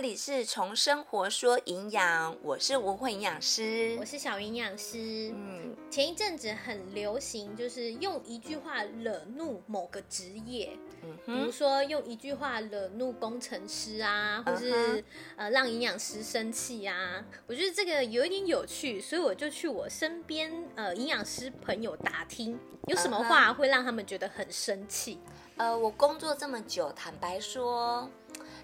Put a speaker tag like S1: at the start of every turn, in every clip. S1: 里是从生活说营养，我是文慧营养师
S2: 我。是小营养师。
S1: 嗯，
S2: 前一阵子很流行，就是用一句话惹怒某个职业，
S1: 嗯
S2: 比如
S1: 哼，
S2: 说用一句话惹怒工程师啊，或
S1: 嗯
S2: 是、呃让营养师生气啊。我觉得这个有一点有趣，所以我就去我身边呃营养师朋友打听，有什么
S1: 嗯哼
S2: 话会让他们觉得很生气。
S1: 呃，我工作这么久，坦白说，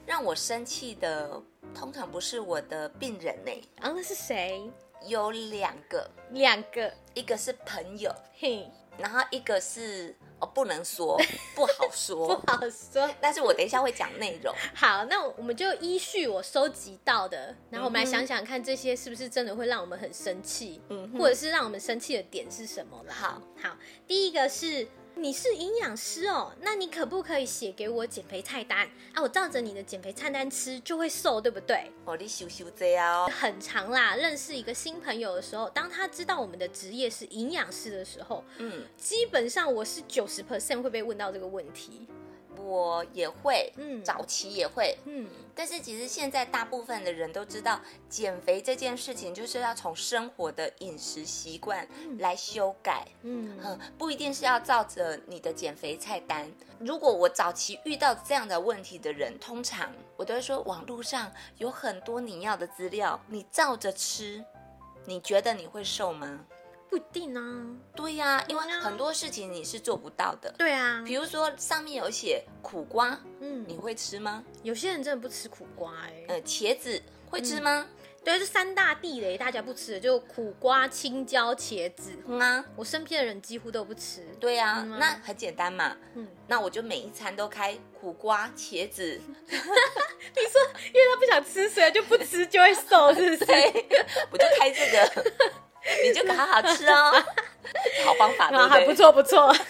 S1: 让我生气的通常不是我的病人呢、
S2: 啊，那是谁？
S1: 有两个，
S2: 两个，
S1: 一个是朋友，
S2: 嘿，
S1: 然后一个是哦不能说，不好
S2: 不
S1: 说。
S2: 好说。
S1: 但是我等一下会讲内容。
S2: 好，那我们就依序我收集到的，然后我们来
S1: 嗯哼
S2: 想想看，这些是不是真的会让我们很生气，
S1: 嗯哼
S2: 或者是让我们生气的点是什么啦？
S1: 好，
S2: 好，第一个是你是营养师哦，那你可不可以写给我减肥菜单啊？我照着你的减肥菜单吃就会瘦，对不对？
S1: 哦，你修修这样哦。
S2: 很长啦，认识一个新朋友的时候，当他知道我们的职业是营养师的时候，
S1: 嗯，
S2: 基本上我是九十 percent 会被问到这个问题。
S1: 我也会，
S2: 嗯
S1: 早期也会，
S2: 嗯，
S1: 但是其实现在大部分的人都知道，减肥这件事情就是要从生活的饮食习惯来修改。
S2: 嗯，
S1: 嗯，不一定是要照着你的减肥菜单。如果我早期遇到这样的问题的人，通常我都会说，网络上有很多你要的资料，你照着吃，你觉得你会瘦吗？
S2: 不一定啊，
S1: 对呀、因为
S2: 对啊
S1: 很多事情你是做不到的。
S2: 对啊，
S1: 比如说上面有写苦瓜，
S2: 嗯，
S1: 你会吃吗？
S2: 有些人真的不吃苦瓜哎、
S1: 呃，茄子会吃吗？
S2: 对，这三大地雷大家不吃的，就苦瓜、青椒、茄子。
S1: 嗯啊，
S2: 我身边的人几乎都不吃。
S1: 对呀、
S2: 嗯啊
S1: 那很简单嘛。
S2: 嗯，
S1: 那我就每一餐都开苦瓜、茄子，
S2: 因为他不想吃，所以就不吃就会瘦，是 不是？
S1: 对，我就开这个，你就好好吃哦，好方法，对
S2: 啊，
S1: 不
S2: 还
S1: 对？
S2: 不错不错。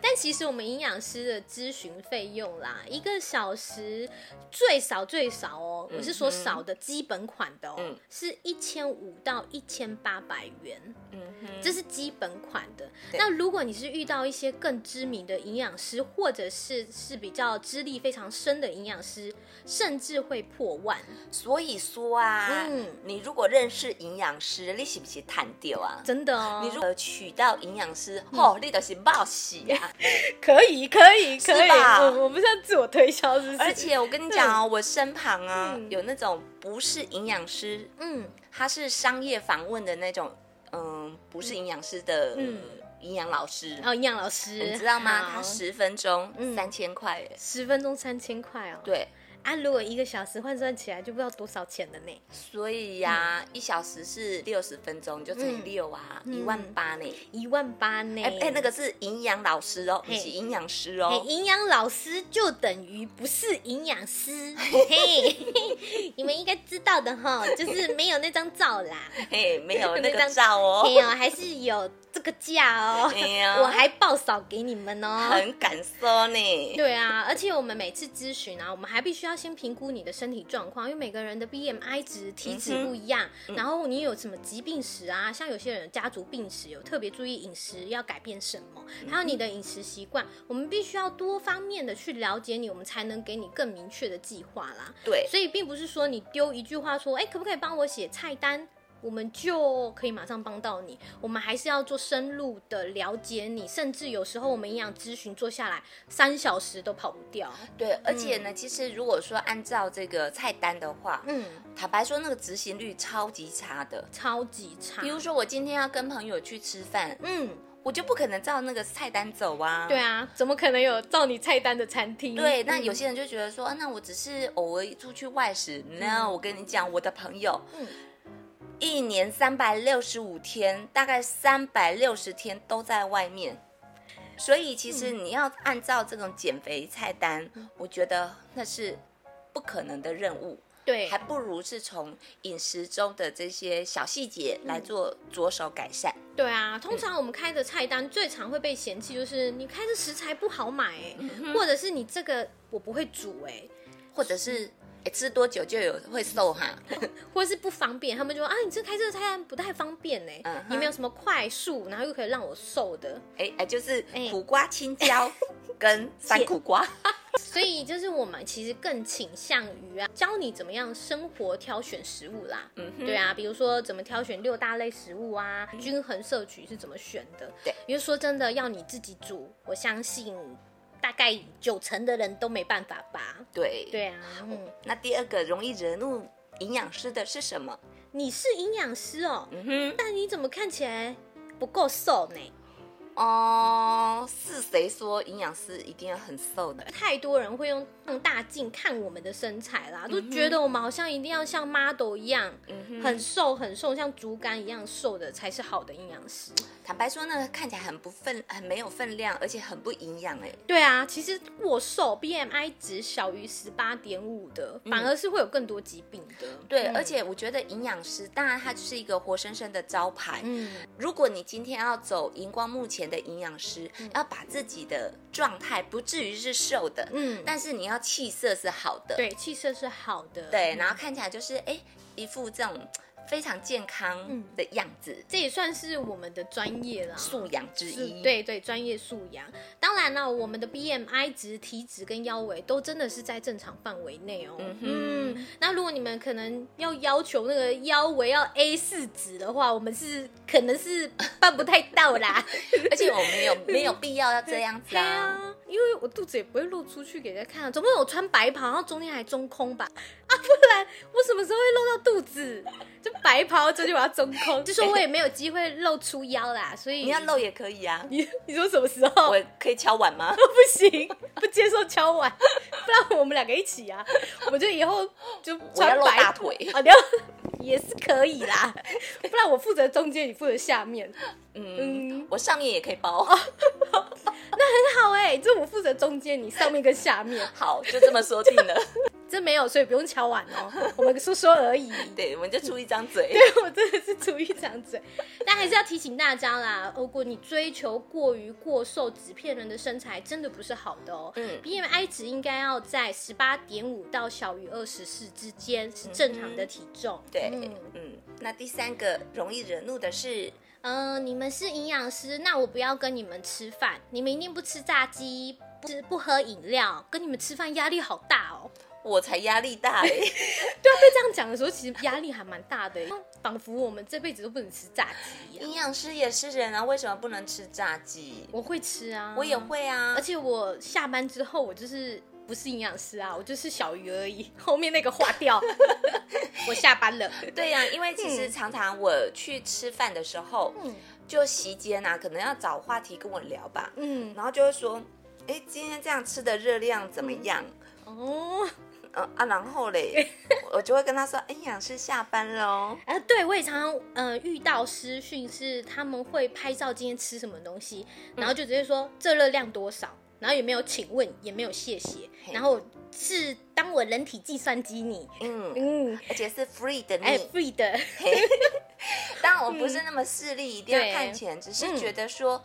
S2: 但其实我们营养师的咨询费用啦，一个小时最少最少哦，我是说少的基本款的哦，
S1: 嗯
S2: 是一千五到一千八百元。
S1: 嗯哼，
S2: 这是基本款的。
S1: 对
S2: 那如果你是遇到一些更知名的营养师，或者是是比较资历非常深的营养师，甚至会破万。
S1: 所以说啊，
S2: 嗯
S1: 你如果认识营养师，你是不是探掉啊？
S2: 真的哦，嗯
S1: 你如果娶到营养师，吼、你就是冒喜 啊！
S2: 可以，可以，
S1: 是
S2: 可以，
S1: 吧
S2: 我我们是要自我推销，是不是？
S1: 而，且我跟你讲哦，我身旁啊、
S2: 嗯
S1: 有那种不是营养师，
S2: 嗯，
S1: 他是商业访问的那种，嗯、不是营养师的、
S2: 嗯
S1: 营养老师，
S2: 哦，营养老师，
S1: 你知道吗？
S2: 好
S1: 他十分钟
S2: 嗯
S1: 三千块耶，
S2: 十分钟三千块哦。
S1: 对，
S2: 啊，如果一个小时换算起来，就不知道多少钱了呢，
S1: 所以呀、一小时是六十分钟，你就乘以六啊，一、万八呢。
S2: 一万八呢。
S1: 哎哎，那个是营养老师哦，
S2: 嘿
S1: 不是营养师
S2: 嘿，
S1: 哦。
S2: 营养老师就等于不是营养师，嘿，你们应该知道的哈，就是没有那张照啦，
S1: 嘿，没有那
S2: 那
S1: 个
S2: 张
S1: 照
S2: 没
S1: 哦。
S2: 有，还是有这个价哦
S1: 哎，呀，
S2: 我还报少给你们哦。
S1: 很敢说呢。
S2: 对啊，而且我们每次咨询啊，我们还必须要先评估你的身体状况，因为每个人的 BMI 值、体脂不一样，然后你有什么疾病史啊，像有些人有家族病史，有特别注意饮食要改变什么，还有你的饮食习惯，我们必须要多方面的去了解你，我们才能给你更明确的计划啦。
S1: 对，
S2: 所以并不是说你丢一句话说，哎，可不可以帮我写菜单？我们就可以马上帮到你。我们还是要做深入的了解你，甚至有时候我们营养咨询做下来三小时都跑不掉。
S1: 对，嗯而且呢，其实如果说按照这个菜单的话，
S2: 嗯，
S1: 坦白说，那个执行率超级差的。
S2: 超级差
S1: 比。如说，我今天要跟朋友去吃饭，
S2: 嗯，
S1: 我就不可能照那个菜单走啊。
S2: 对啊，怎么可能有照你菜单的餐厅？
S1: 对，那
S2: 嗯
S1: 有些人就觉得说，啊那我只是偶尔出去外食。那我跟你讲，我的朋友，
S2: 嗯
S1: 一年三百六十五天，大概三百六十天都在外面。所以其实
S2: 嗯
S1: 你要按照这种减肥菜单，我觉得那是不可能的任务，
S2: 对
S1: 还不如是从饮食中的这些小细节
S2: 嗯
S1: 来做着手改善。
S2: 对啊，通常我们开的菜单最常会被嫌弃，就是你开的食材不好买、哎、或者是你这个我不会煮、哎。
S1: 或者是诶吃多久就有会瘦哈，
S2: 或者是不方便，他们就说啊，你这开这个菜单不太方便呢、
S1: 嗯哼
S2: 你没有什么快速，然后又可以让我瘦的，
S1: 哎哎，就是
S2: 哎
S1: 苦瓜、青椒跟三苦瓜，
S2: 所以就是我们其实更倾向于啊，教你怎么样生活挑选食物啦。
S1: 嗯哼，嗯
S2: 对啊，比如说怎么挑选六大类食物啊，均衡摄取是怎么选的。
S1: 对，
S2: 因为说真的，要你自己煮，我相信大概九成的人都没办法吧。
S1: 对。
S2: 对啊，嗯，
S1: 那第二个容易惹怒营养师的是什么？
S2: 你是营养师哦，
S1: 嗯哼，
S2: 但你怎么看起来不够瘦呢？
S1: 哦，是谁说营养师一定要很瘦的？
S2: 太多人会用放大镜看我们的身材
S1: 嗯
S2: 啦，都觉得我们好像一定要像 model 一样，很瘦很瘦，像竹竿一样瘦的才是好的营养师。
S1: 坦白说呢，看起来很不分，很没有分量，而且很不营养哎。
S2: 对啊，其实过瘦 BMI 值小于十八点五的，反而是会有更多疾病的。
S1: 嗯对，
S2: 嗯
S1: 而且我觉得营养师，当然它就是一个活生生的招牌。
S2: 嗯，
S1: 如果你今天要走荧光幕前的营养师，
S2: 嗯
S1: 要把自己的状态不至于是瘦的，
S2: 嗯
S1: 但是你要气色是好的，
S2: 对，气色是好的。
S1: 对
S2: 嗯
S1: 然后看起来就是哎一副这种非常健
S2: 嗯
S1: 康的样子，
S2: 这也算是我们的专业啦。
S1: 素养之
S2: 是
S1: 一。，
S2: 对对，专业素养。当然了，我们的 BMI 值、体脂跟腰围都真的是在正常范围内哦。
S1: 嗯
S2: 嗯
S1: 哼
S2: 那如果你们可能要要求那个腰围要 A 四值的话，我们是可能 是办不太到啦。
S1: 而且我们有没有必要要这样子
S2: 对
S1: 啊？
S2: 啊，因为我肚子也不会露出去给人家看啊，总不能我穿白袍，然后中间还中空吧？啊，不然我什么时候会露到肚子？就白袍这就把它中空，就说我也没有机会露出腰啦，所以
S1: 你要露也可以啊，
S2: 你你说什么时候？
S1: 我可以敲碗 吗？
S2: 不行，不接受敲碗， 不然我们两个一起啊，我就以后就
S1: 我要
S2: 穿
S1: 露
S2: 白
S1: 大 腿。
S2: 啊，你要也是可以啦， 不然我负责中间，你负责下面，
S1: 嗯，
S2: 嗯哦
S1: 我上面也可以包。
S2: 很好哎、就我负责中间，你上面跟下面，
S1: 好，就这么说定了。
S2: 这没有，所以不用敲碗 哦，我们说说而已。
S1: 对，我们就出一张嘴。
S2: 对我真的是出一张嘴，但还是要提醒大家啦，如果你追求过于过瘦、纸片人的身材，真的不是好的哦。
S1: 嗯
S2: BMI 值应该要在十八点五到小于二十四之间是正常的体重。
S1: 对，
S2: 嗯
S1: 嗯那第三个容易惹怒的是，
S2: 呃，你们是营养师，那我不要跟你们吃饭，你们一定不吃炸鸡，不吃不喝饮料，跟你们吃饭压力好大 哦。
S1: 我才压力大嘞、
S2: 对啊，被这样讲的时候，其实压力还蛮大的耶，欸仿佛我们这辈子都不能吃炸鸡一样。
S1: 营养师也是人啊，为什么不能吃炸鸡？
S2: 我会吃啊，
S1: 我也会啊
S2: 而。且我下班之后，我就是不是营养师啊，我就是小鱼而已。后面那个划 掉，我下班了。
S1: 对呀、因为其实常常我去吃饭的时候，
S2: 嗯
S1: 就席间啊，可能要找话题跟我聊吧，
S2: 嗯，
S1: 然后就会说，哎，今天这样吃的热量怎么样？
S2: 哦，
S1: 呃啊，然后 嘞，我就会跟他说，哎，营养师下班喽。
S2: 啊，对，我也常常呃遇到私讯是他们会拍照今天吃什么东西，
S1: 嗯
S2: 然后就直接说这热量多少，然后也没有请问，也没有谢谢
S1: 嘿，
S2: 然后是当我人体计算机你，
S1: 嗯，
S2: 嗯，
S1: 而且是 free 的
S2: 哎
S1: 你。
S2: ，free 的，
S1: 当然我不是那么势利，一定要看钱，只是觉得说，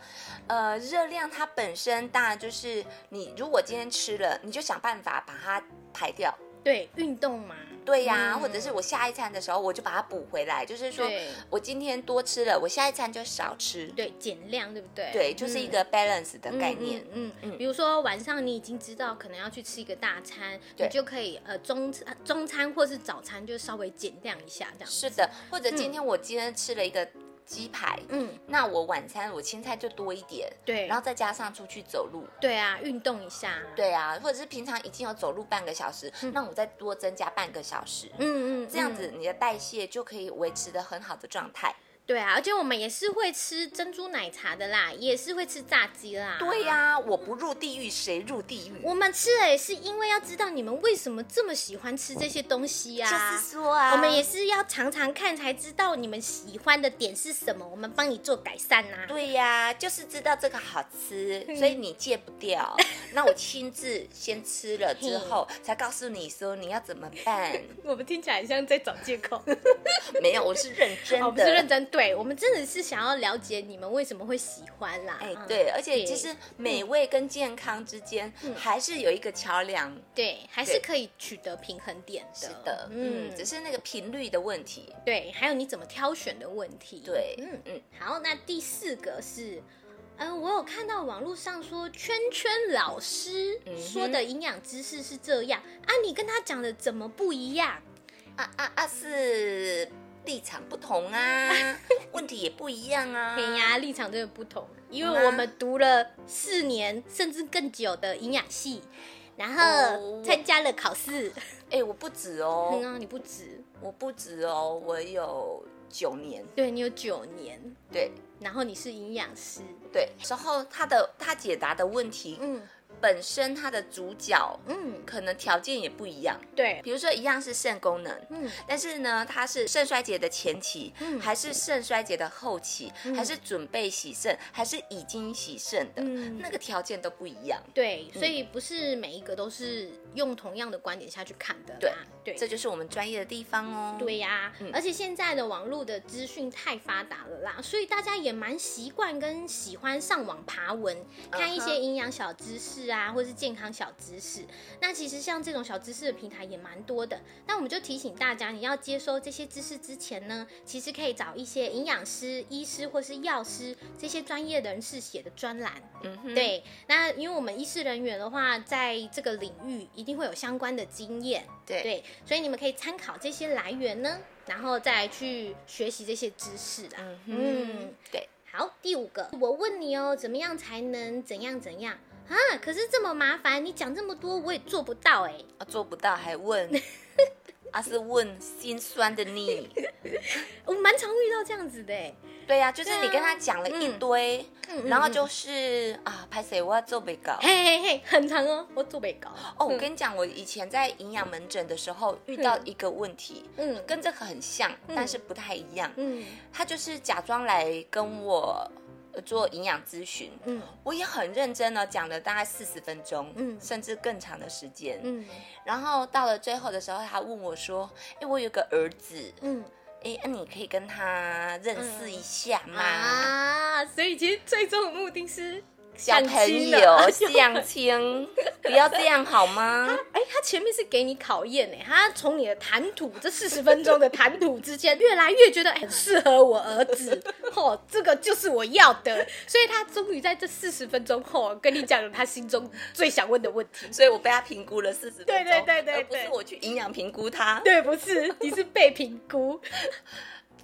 S1: 呃，热量它本身当然就是你如果今天吃了，你就想办法把它排掉。
S2: 对，运动嘛，
S1: 对呀、
S2: 嗯
S1: 或者是我下一餐的时候，我就把它补回来。就是说
S2: 对
S1: 我今天多吃了，我下一餐就少吃。
S2: 对，减量，对不对？
S1: 对，就是一
S2: 嗯
S1: 个 balance 的概念。
S2: 嗯嗯
S1: 嗯
S2: 嗯比如说晚上你已经知道可能要去吃一个大餐，
S1: 对
S2: 你就可以呃中餐中餐或是早餐就稍微减量一下这样。
S1: 是的，或者今天我今天吃了一个鸡排，
S2: 嗯，
S1: 那我晚餐我青菜就多一点，
S2: 对，
S1: 然后再加上出去走路。
S2: 对啊，运动一下。，
S1: 对啊，或者是平常已经有走路半个小时，那我再多增加半个小时，
S2: 嗯嗯嗯，
S1: 这样
S2: 嗯
S1: 子你的代谢就可以维持的很好的状态。
S2: 对啊，而且我们也是会吃珍珠奶茶的啦，也是会吃炸鸡啦。
S1: 对、呀、我不入地狱谁入地狱？
S2: 啊我们吃了也是因为要知道你们为什么这么喜欢吃这些东西呀、
S1: 就是说啊，
S2: 我们也是要尝尝看，才知道你们喜欢的点是什么，我们帮你做改善呐、
S1: 对呀、就是知道这个好吃，
S2: 嗯
S1: 所以你戒不 掉。那我亲自先吃了之后，才告诉你说你要怎么办。
S2: 我们听起来很像在找借口。
S1: 没有，我是认真的，
S2: 哦，不是认 真，对我们真的是想要了解你们为什么会喜欢啦。
S1: 哎
S2: 嗯，
S1: 对，嗯而且
S2: 对
S1: 其实美味跟健康之间还是有一个桥梁。
S2: 对，还
S1: 对
S2: 是可以取得平衡点
S1: 是
S2: 的。
S1: 的，嗯，
S2: 嗯，
S1: 只是那个频率的问题。
S2: 对，还有你怎么挑选的问题。
S1: 对，
S2: 嗯，
S1: 嗯，
S2: 好，那第四个是嗯，我有看到网络上说圈圈老师
S1: 嗯哼
S2: 说的营养知识是这样、啊，你跟他讲的怎么不一样？
S1: 啊啊啊，是立场不同啊，问题也不一样 啊。
S2: 哎呀，立场真的不同，因
S1: 好吗啊
S2: 为我们读了四年甚至更久的营养系，然
S1: 哦
S2: 后参加了考试。
S1: 哎、我不止哦，
S2: 嗯啊，你不止，
S1: 我不止哦，我有九年，
S2: 对你有九年，
S1: 对
S2: 然后你是营养师，
S1: 对。然后他的他解答的问题、
S2: 嗯
S1: 本身，他的主角
S2: 嗯，
S1: 可能条件也不一样，
S2: 对，
S1: 比如说一样是肾功能。
S2: 嗯
S1: 但是呢，它是肾衰竭的前期，
S2: 嗯
S1: 还是肾衰竭的后期，
S2: 嗯
S1: 还是准备洗肾，还是已经洗肾的，
S2: 嗯
S1: 那个条件都不一样。
S2: 对，所
S1: 嗯
S2: 以不是每一个都是用同样的观点下去看的啦，对
S1: 这就是我们专业的地方哦。
S2: 对呀、
S1: 嗯
S2: 而且现在的网络的资讯太发达了啦，所以大家也蛮习惯跟喜欢上网爬文，看一
S1: 嗯
S2: 些
S1: 哼
S2: 营养小知识啊，或是健康小知识。那其实像这种小知识的平台也蛮多的。那我们就提醒大家，你要接收这些知识之前呢，其实可以找一些营养师、医师或是药师这些专业人士写的专栏，
S1: 嗯哼，
S2: 对，那因为我们医师人员的话，在这个领域一定会有相关的经验，
S1: 对
S2: 所以你们可以参考这些来源呢，然后再来去学习这些知识啦。
S1: 嗯
S2: 嗯
S1: 哼，对，
S2: 好，第五个，我问你哦，怎么样才能怎样怎样啊？可是这么麻烦，你讲这么多，我也做不到哎、
S1: 啊做不到还 问，啊是问心酸的你。
S2: 我蛮常遇到这样子的哎、
S1: 对呀、就是你
S2: 对啊
S1: 跟他讲了一堆，
S2: 嗯
S1: 然后
S2: 嗯
S1: 就是啊，拍谁我要做被告。
S2: 嘿嘿嘿，很长哦，我做被告
S1: 哦，我跟你讲，我以前在营养门诊的时候遇到一个问题，
S2: 嗯
S1: 跟这个很像，但是不太一样。
S2: 嗯
S1: 他就是假装来跟我呃做营养咨询，
S2: 嗯
S1: 我也很认真的讲了大概四十分钟，
S2: 嗯
S1: 甚至更长的时间。
S2: 嗯
S1: 然后到了最后的时候，他问我说：“哎，我有个儿子，
S2: 嗯
S1: 哎，那、你可以跟他认识一下吗？
S2: 啊，所以其实最终的目的是
S1: 小
S2: 相
S1: 朋
S2: 亲了
S1: 友相亲，不要这样好吗？
S2: 哎、他前面是给你考验呢、他从你的谈吐这四十分钟的谈吐之间，越来越觉得哎很适合我儿子， 哦，这个就是我要的，所以他终于在这四十分钟后跟你讲了他心中最想问的问题。
S1: 所以我被他评估了四十分钟，
S2: 对对对对
S1: 而不是
S2: 对
S1: 我去营养评估他。
S2: 对，不是，你是被评估，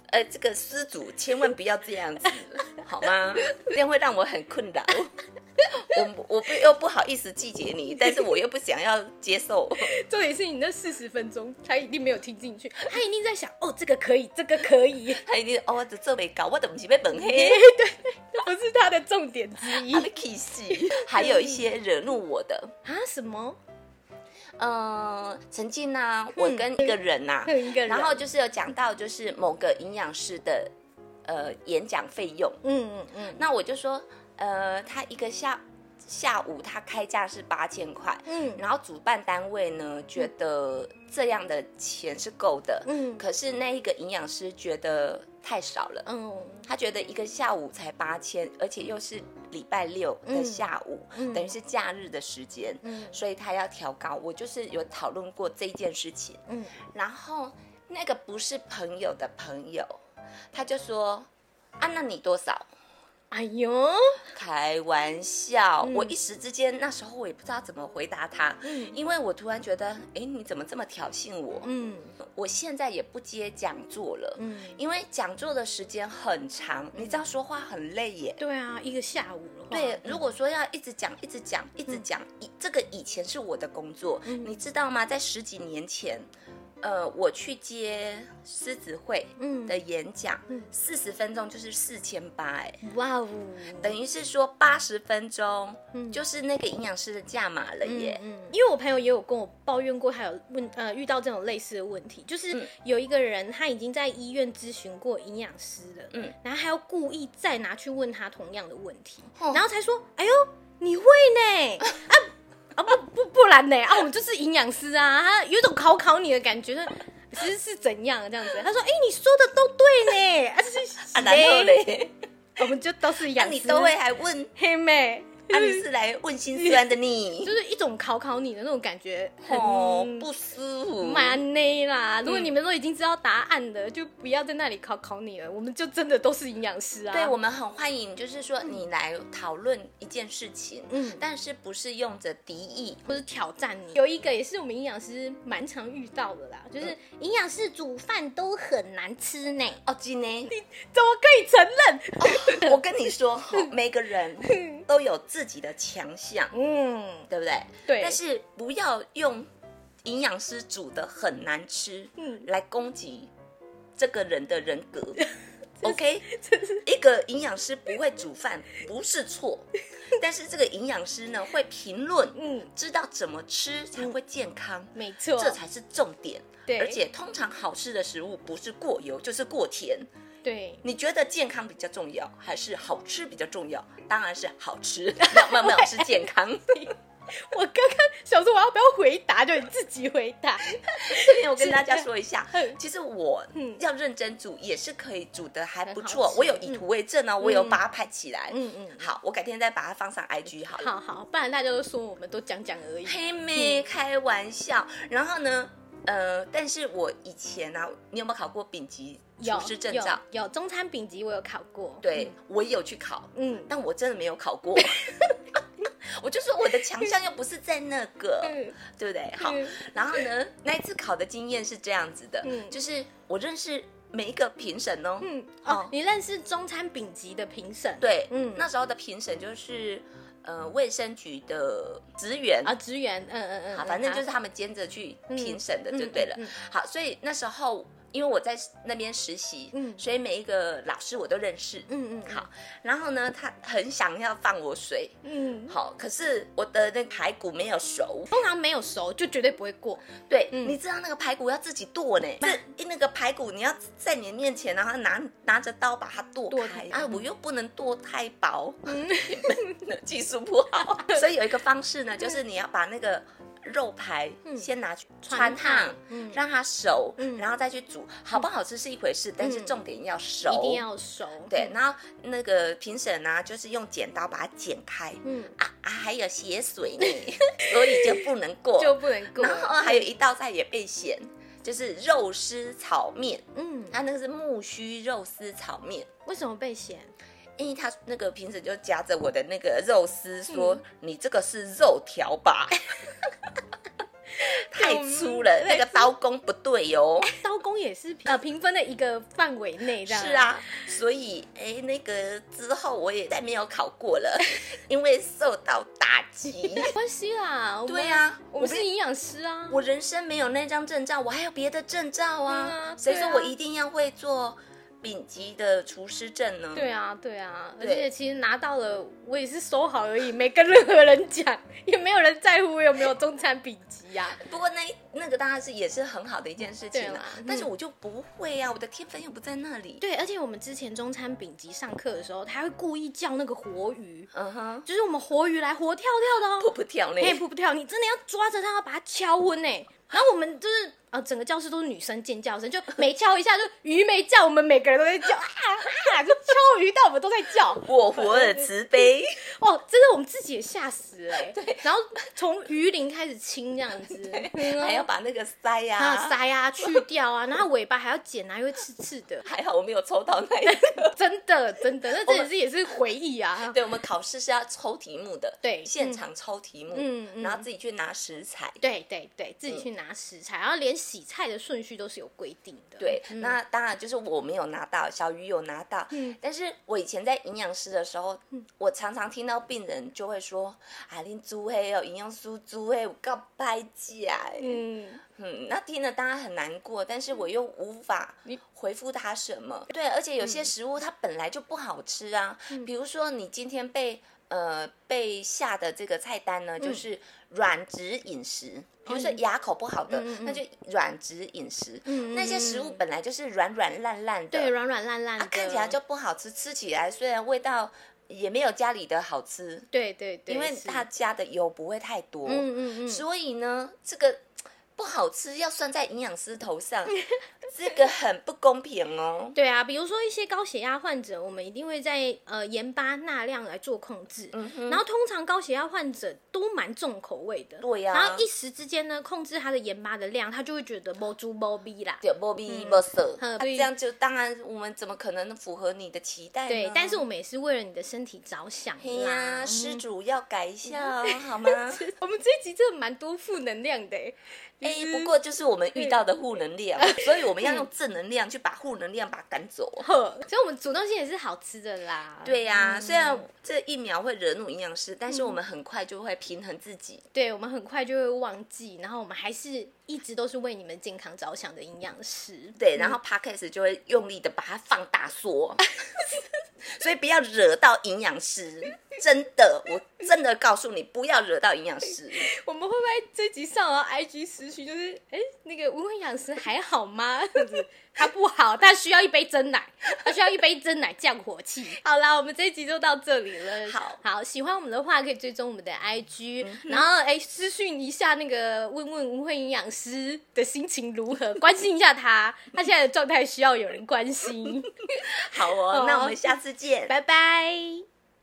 S1: 呃，这个失主千万不要这样子，好吗？这样会让我很困扰。我我不又不好意思拒绝你，但是我又不想要接受。
S2: 重点是你那四十分钟，他一定没有听进去，他一定在想，哦，这个可以，这个可以，
S1: 他一定哦，我做没搞，我怎么是被本黑？
S2: 这 不是他的重点之一
S1: 他被气死。还有一些惹怒我的，
S2: 啊？什么？
S1: 嗯，曾经呢、我跟一个人 呐、
S2: 还有嗯一个人，
S1: 然后就是有讲到就是某个营养师的呃演讲费用，
S2: 嗯嗯嗯
S1: 那我就说呃他一个下下午他开价是八千块，
S2: 嗯
S1: 然后主办单位呢觉得这样的钱是够的，
S2: 嗯
S1: 可是那一个营养师觉得太少了。
S2: 嗯
S1: 他觉得一个下午才八千，而且又是礼拜六的下午，
S2: 嗯嗯
S1: 等于是假日的时间，
S2: 嗯
S1: 所以他要调高。我就是有讨论过这件事情，
S2: 嗯。
S1: 然后那个不是朋友的朋友，他就说：“啊，那你多少
S2: 哎呦，？”
S1: 开玩笑，
S2: 嗯
S1: 我一时之间那时候我也不知道怎么回答他，
S2: 嗯
S1: 因为我突然觉得，哎，你怎么这么挑衅我？
S2: 嗯
S1: 我现在也不接讲座了，
S2: 嗯，
S1: 因为讲座的时间很长，你知道说话很累耶。
S2: 对啊，一个下午的话，
S1: 对，如果说要一直讲、一直讲、一直讲，
S2: 嗯
S1: 以、这个以前是我的工作，你知道吗？在十几年前，呃，我去接狮子会
S2: 嗯
S1: 的演讲
S2: 嗯，
S1: 四十、分钟就是四千八，哎，
S2: 哇哦，
S1: 等于是说八十分钟、
S2: 嗯
S1: 就是那个营养师的价码了
S2: 嗯
S1: 耶。
S2: 嗯，因为我朋友也有跟我抱怨过，他有问呃遇到这种类似的问题，就是
S1: 嗯
S2: 有一个人他已经在医院咨询过营养师了，
S1: 嗯
S2: 嗯，然后还要故意再拿去问他同样的问题，
S1: 哦
S2: 然后才说，哎呦，你会 呢？啊啊不不不然呢？啊，我们就是营养师啊，他有一种考考你的感觉，其实是怎样这样子？他说，哎，你说的都对呢，啊，这是
S1: 啊，然后嘞，啊嗯
S2: 我们就都是
S1: 那、
S2: 养、啊
S1: 你都会还问
S2: 黑妹，
S1: 啊，你是来问心酸的你
S2: 就。是一种考考你的那种感觉，很
S1: 哦，不舒服。
S2: 蛮内啦。如果你们都已经知道答案了，就不要在那里考考你了。我们就真的都是营养师啊。
S1: 对我们很欢迎，就是说你来讨论一件事情，
S2: 嗯
S1: 但是不是用着敌意，
S2: 或是挑战你。嗯有一个也是我们营养师蛮常遇到的啦，就是营养师煮饭都很难吃呢，哦
S1: 哦，今天
S2: 怎么可以承认？
S1: 我跟你 说，吼每个人都有自己的强项，
S2: 嗯，
S1: 对不对？
S2: 对
S1: 但是不要用营养师煮的很难吃，
S2: 嗯
S1: 来攻击这个人的人 格。OK，一个营养师不会煮饭不是 错，但是这个营养师呢会评论，
S2: 嗯，
S1: 知道怎么吃才会健康，
S2: 没错，
S1: 这才是重点。
S2: 对
S1: 而且通常好吃的食物不是过油就是过甜，
S2: 对。
S1: 你觉得健康比较重要，还是好吃比较重要？当然是好吃， 没有没有没有是健 康。
S2: 我刚刚想说我要不要回答，就你自己回 答。
S1: 这边我跟大家说一下
S2: 是，
S1: 其实我
S2: 嗯
S1: 要认真煮也是可以煮的还不
S2: 很
S1: 错
S2: 好，吃
S1: 我有以图为证哦，我有把它拍起来。
S2: 嗯嗯，
S1: 好，我改天再把它放上 IG 好了。
S2: 好好，不然大家都说我们都讲讲 而已。
S1: 黑妹开玩笑，然后呢，呃，但是我以前啊，你有没有考过丙级厨
S2: 有
S1: 师证照？
S2: 有有中餐丙级，我有考过。
S1: 对，我也有去考，
S2: 嗯，
S1: 但我真的没有考 过。我就说我的强项又不是在那个，
S2: 嗯，
S1: 对不对？好，
S2: 嗯
S1: 然后呢，那一次考的经验是这样子的，
S2: 嗯
S1: 就是我认识每一个评审哦，
S2: 嗯，
S1: 哦
S2: 哦，你认识中餐丙级的评审？
S1: 对，
S2: 嗯
S1: 那时候的评审就是呃卫生局的职员。
S2: 啊，职员，嗯嗯嗯，
S1: 好，
S2: 嗯
S1: 反正就是
S2: 好
S1: 他们兼着去评审的
S2: 嗯
S1: 就对了
S2: 嗯嗯嗯。
S1: 好，所以那时候因为我在那边实习，
S2: 嗯
S1: 所以每一个老师我都认识。
S2: 嗯嗯，嗯
S1: 好，然后呢，他很想要放我水，
S2: 嗯，
S1: 好，可是我的那个排骨没有熟，
S2: 通常没有熟就绝对不会过。
S1: 对，
S2: 嗯
S1: 你知道那个排骨要自己剁呢，这那个排骨你要在你面前，然后拿拿着刀把它剁
S2: 剁
S1: 开
S2: 开
S1: 啊，我又不能剁太薄， 技术不好， 嗯所以有一个方式呢，就是你要把那个肉排
S2: 嗯
S1: 先拿去
S2: 穿
S1: 穿烫
S2: 烫。嗯，
S1: 让它熟，
S2: 嗯
S1: 然后再去煮，好不好吃是一回事，但是重点嗯要嗯熟，
S2: 一定要熟。
S1: 对。然后那个评审呢、就是用剪刀把它剪开，
S2: 嗯，嗯，
S1: 啊啊，还有血水 呢，所以就不能过，
S2: 就不能过。
S1: 然后还有一道菜也被嫌，就是肉丝炒面，
S2: 嗯，
S1: 它那个是木须肉丝炒面。
S2: 为什么被嫌？
S1: 因为他那个评审就夹着我的那个肉丝说：“你这个是肉条吧？ 太粗了，那个刀工不对哦哟。
S2: 刀工也是呃评分的一个范围内，”这样
S1: 啊是，啊，所以哎，那个之后我也再没有考过了，因为受到打击。
S2: 没关系啦。我们
S1: 对，啊呀、我
S2: 我们
S1: 不
S2: 是营养师啊。
S1: 我人生没有那张证照，我还有别的证照啊。
S2: 嗯啊
S1: 谁
S2: 对
S1: 说
S2: 啊
S1: 我一定要会做丙级的厨师证呢？
S2: 对啊，对啊，而
S1: 对
S2: 且其实拿到了，我也是收好而已，没跟任何人讲，也没有人在乎我有没有中餐丙级啊呀、
S1: 不过那那个当然是也是很好的一件事情
S2: 对
S1: 啦
S2: 啦嗯
S1: 但是我就不会啊，我的天分又不在那里。
S2: 对，而且我们之前中餐丙级上课的时候，他会故意叫那个活鱼，
S1: 嗯哼，
S2: 就是我们活鱼来活跳跳的哦，
S1: 我不跳嘞
S2: 嘿，。噗噗跳，你真的要抓着它，要把它敲昏哎。然后我们就是呃，整个教室都是女生尖叫声，就每敲一下就鱼没叫，我们每个人都在叫啊啊，就敲鱼到我们都在叫。
S1: 我活
S2: 嗯
S1: 尔慈悲，
S2: 哦，真的我们自己也吓死了 哎、对，然后从鱼鳞开始清这样子，嗯
S1: 还要把那个塞呀、
S2: 还有 鳃啊去掉啊，然后尾巴还要剪啊，因为刺刺的，
S1: 还好我没有抽到那一个。
S2: 真的真的，那
S1: 我
S2: 真
S1: 们
S2: 的是也是回忆 啊。
S1: 对我们考试是要抽题目的，
S2: 对
S1: 现场抽题目，
S2: 嗯嗯
S1: 然后自己去拿食材。
S2: 对对对，自己去拿食材，然后连洗菜的顺序都是有规定的。
S1: 对，
S2: 嗯
S1: 那当然就是我没有拿到，小鱼有拿到。
S2: 嗯
S1: 但是我以前在营养师的时候，我常常听到病人就会说：“啊，恁猪黑哦，营养师猪黑，我告拍假。”嗯
S2: 嗯，
S1: 嗯，那听了当然很难过，但是我又无法
S2: 你嗯
S1: 回复他什么。对，而且有些食物它本来就不好吃啊，比如说你今天被。呃，被下的这个菜单呢，就是软质饮食，比如说牙口不好的，
S2: 嗯嗯嗯嗯
S1: 那就软质饮食。
S2: 嗯
S1: 那些食物本来就是软软烂烂的，
S2: 对，软软烂烂的、
S1: 啊看起来就不好吃，吃起来虽然味道也没有家里的好吃，
S2: 对对对，
S1: 因为
S2: 是
S1: 它加的油不会太多，
S2: 嗯嗯嗯，
S1: 所以呢，这个嘖不好吃要算在营养师头上， 这个很不公平哦。
S2: 对啊，比如说一些高血压患者，我们一定会在呃盐巴钠量来做控
S1: 嗯
S2: 制。然后通常高血压患者都蛮重口味的，
S1: 对呀
S2: 然后一时之间呢，控制他的盐巴的量，他就会觉得摸猪摸逼啦。
S1: 对，莫比莫色，
S2: 嗯
S1: 啊这样就当然我们怎么可能符合你的期待呢？
S2: 对，但是嗯我们也是为了你的身体着想
S1: 哎
S2: 啦。
S1: 啊呀，施主要改一下哦，好吗？
S2: 我们这一集真的蛮多负能量的 欸，
S1: 哎、不过就是我们遇到的负能量，所以我们要用正能量去把负能量把它赶走。
S2: 呵，所以我们主动性也是好吃的啦。
S1: 对呀、虽然这疫苗会惹怒营养师，但是我们很快就会平衡自己。
S2: 对，我们很快就会忘记，然后我们还是一直都是为你们健康着想的营养师。
S1: 对，然后 podcast 就会用力的把它放大缩， 所以不要惹到营养师，真的，我真的告诉你，不要惹到营养师。
S2: 我们会不会这集上了 IG 私讯，就是哎、诶那个文文营养师还好吗？这样 子他不好，他需要一杯真奶，他需要一杯真奶降火气。 好啦，我们这一集就到这里了。
S1: 好
S2: 好，喜欢我们的话可以追踪我们的 IG，、然后哎、诶私讯一下那个问问文慧营养师的心情如何，关心一下他，他现在 的状态需要有人关心。
S1: 好哦，那我们下次见，
S2: 拜拜。